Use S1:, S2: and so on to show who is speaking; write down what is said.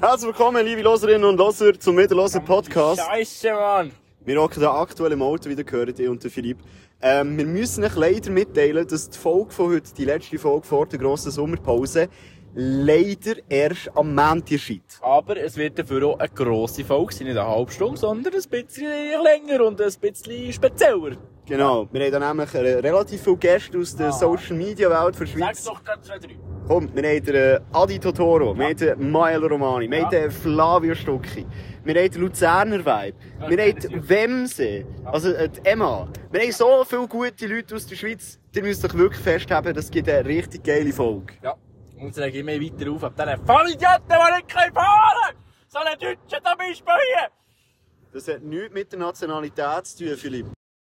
S1: Herzlich willkommen, liebe Loserinnen und Loser, zum Wiederlosen Podcast.
S2: Scheiße, Mann!
S1: Wir hocken da aktuell im Auto, wie ihr gehört, ich und der Philipp. Ähm, wir müssen euch leider mitteilen, dass die Folge von heute, die letzte Folge vor der grossen Sommerpause, leider erst am Montag erscheint.
S2: Aber es wird dafür auch eine grosse Folge sein, nicht eine halbe Stunde, sondern ein bisschen länger und ein bisschen spezieller.
S1: Genau. Wir haben da nämlich äh, relativ viele Gäste aus der Social-Media-Welt der
S2: Sag's
S1: Schweiz.
S2: doch gerade zwei, drei.
S1: Komm, wir haben den äh, Adi Totoro, wir haben den Mael Romani, wir haben den Flavio Stucki, wir haben den Luzerner Vibe, wir haben die Wemse, also äh, die Emma. Wir haben so viele gute Leute aus der Schweiz, die müsst euch wirklich festhalten, das gibt eine richtig geile Folge.
S2: Ja. Und sie regen immer weiter auf, ab diesen Vollidioten, die nicht können fahren können! So einen Deutschen zum Beispiel hier!
S1: Das hat nichts mit der Nationalität zu tun, Philipp.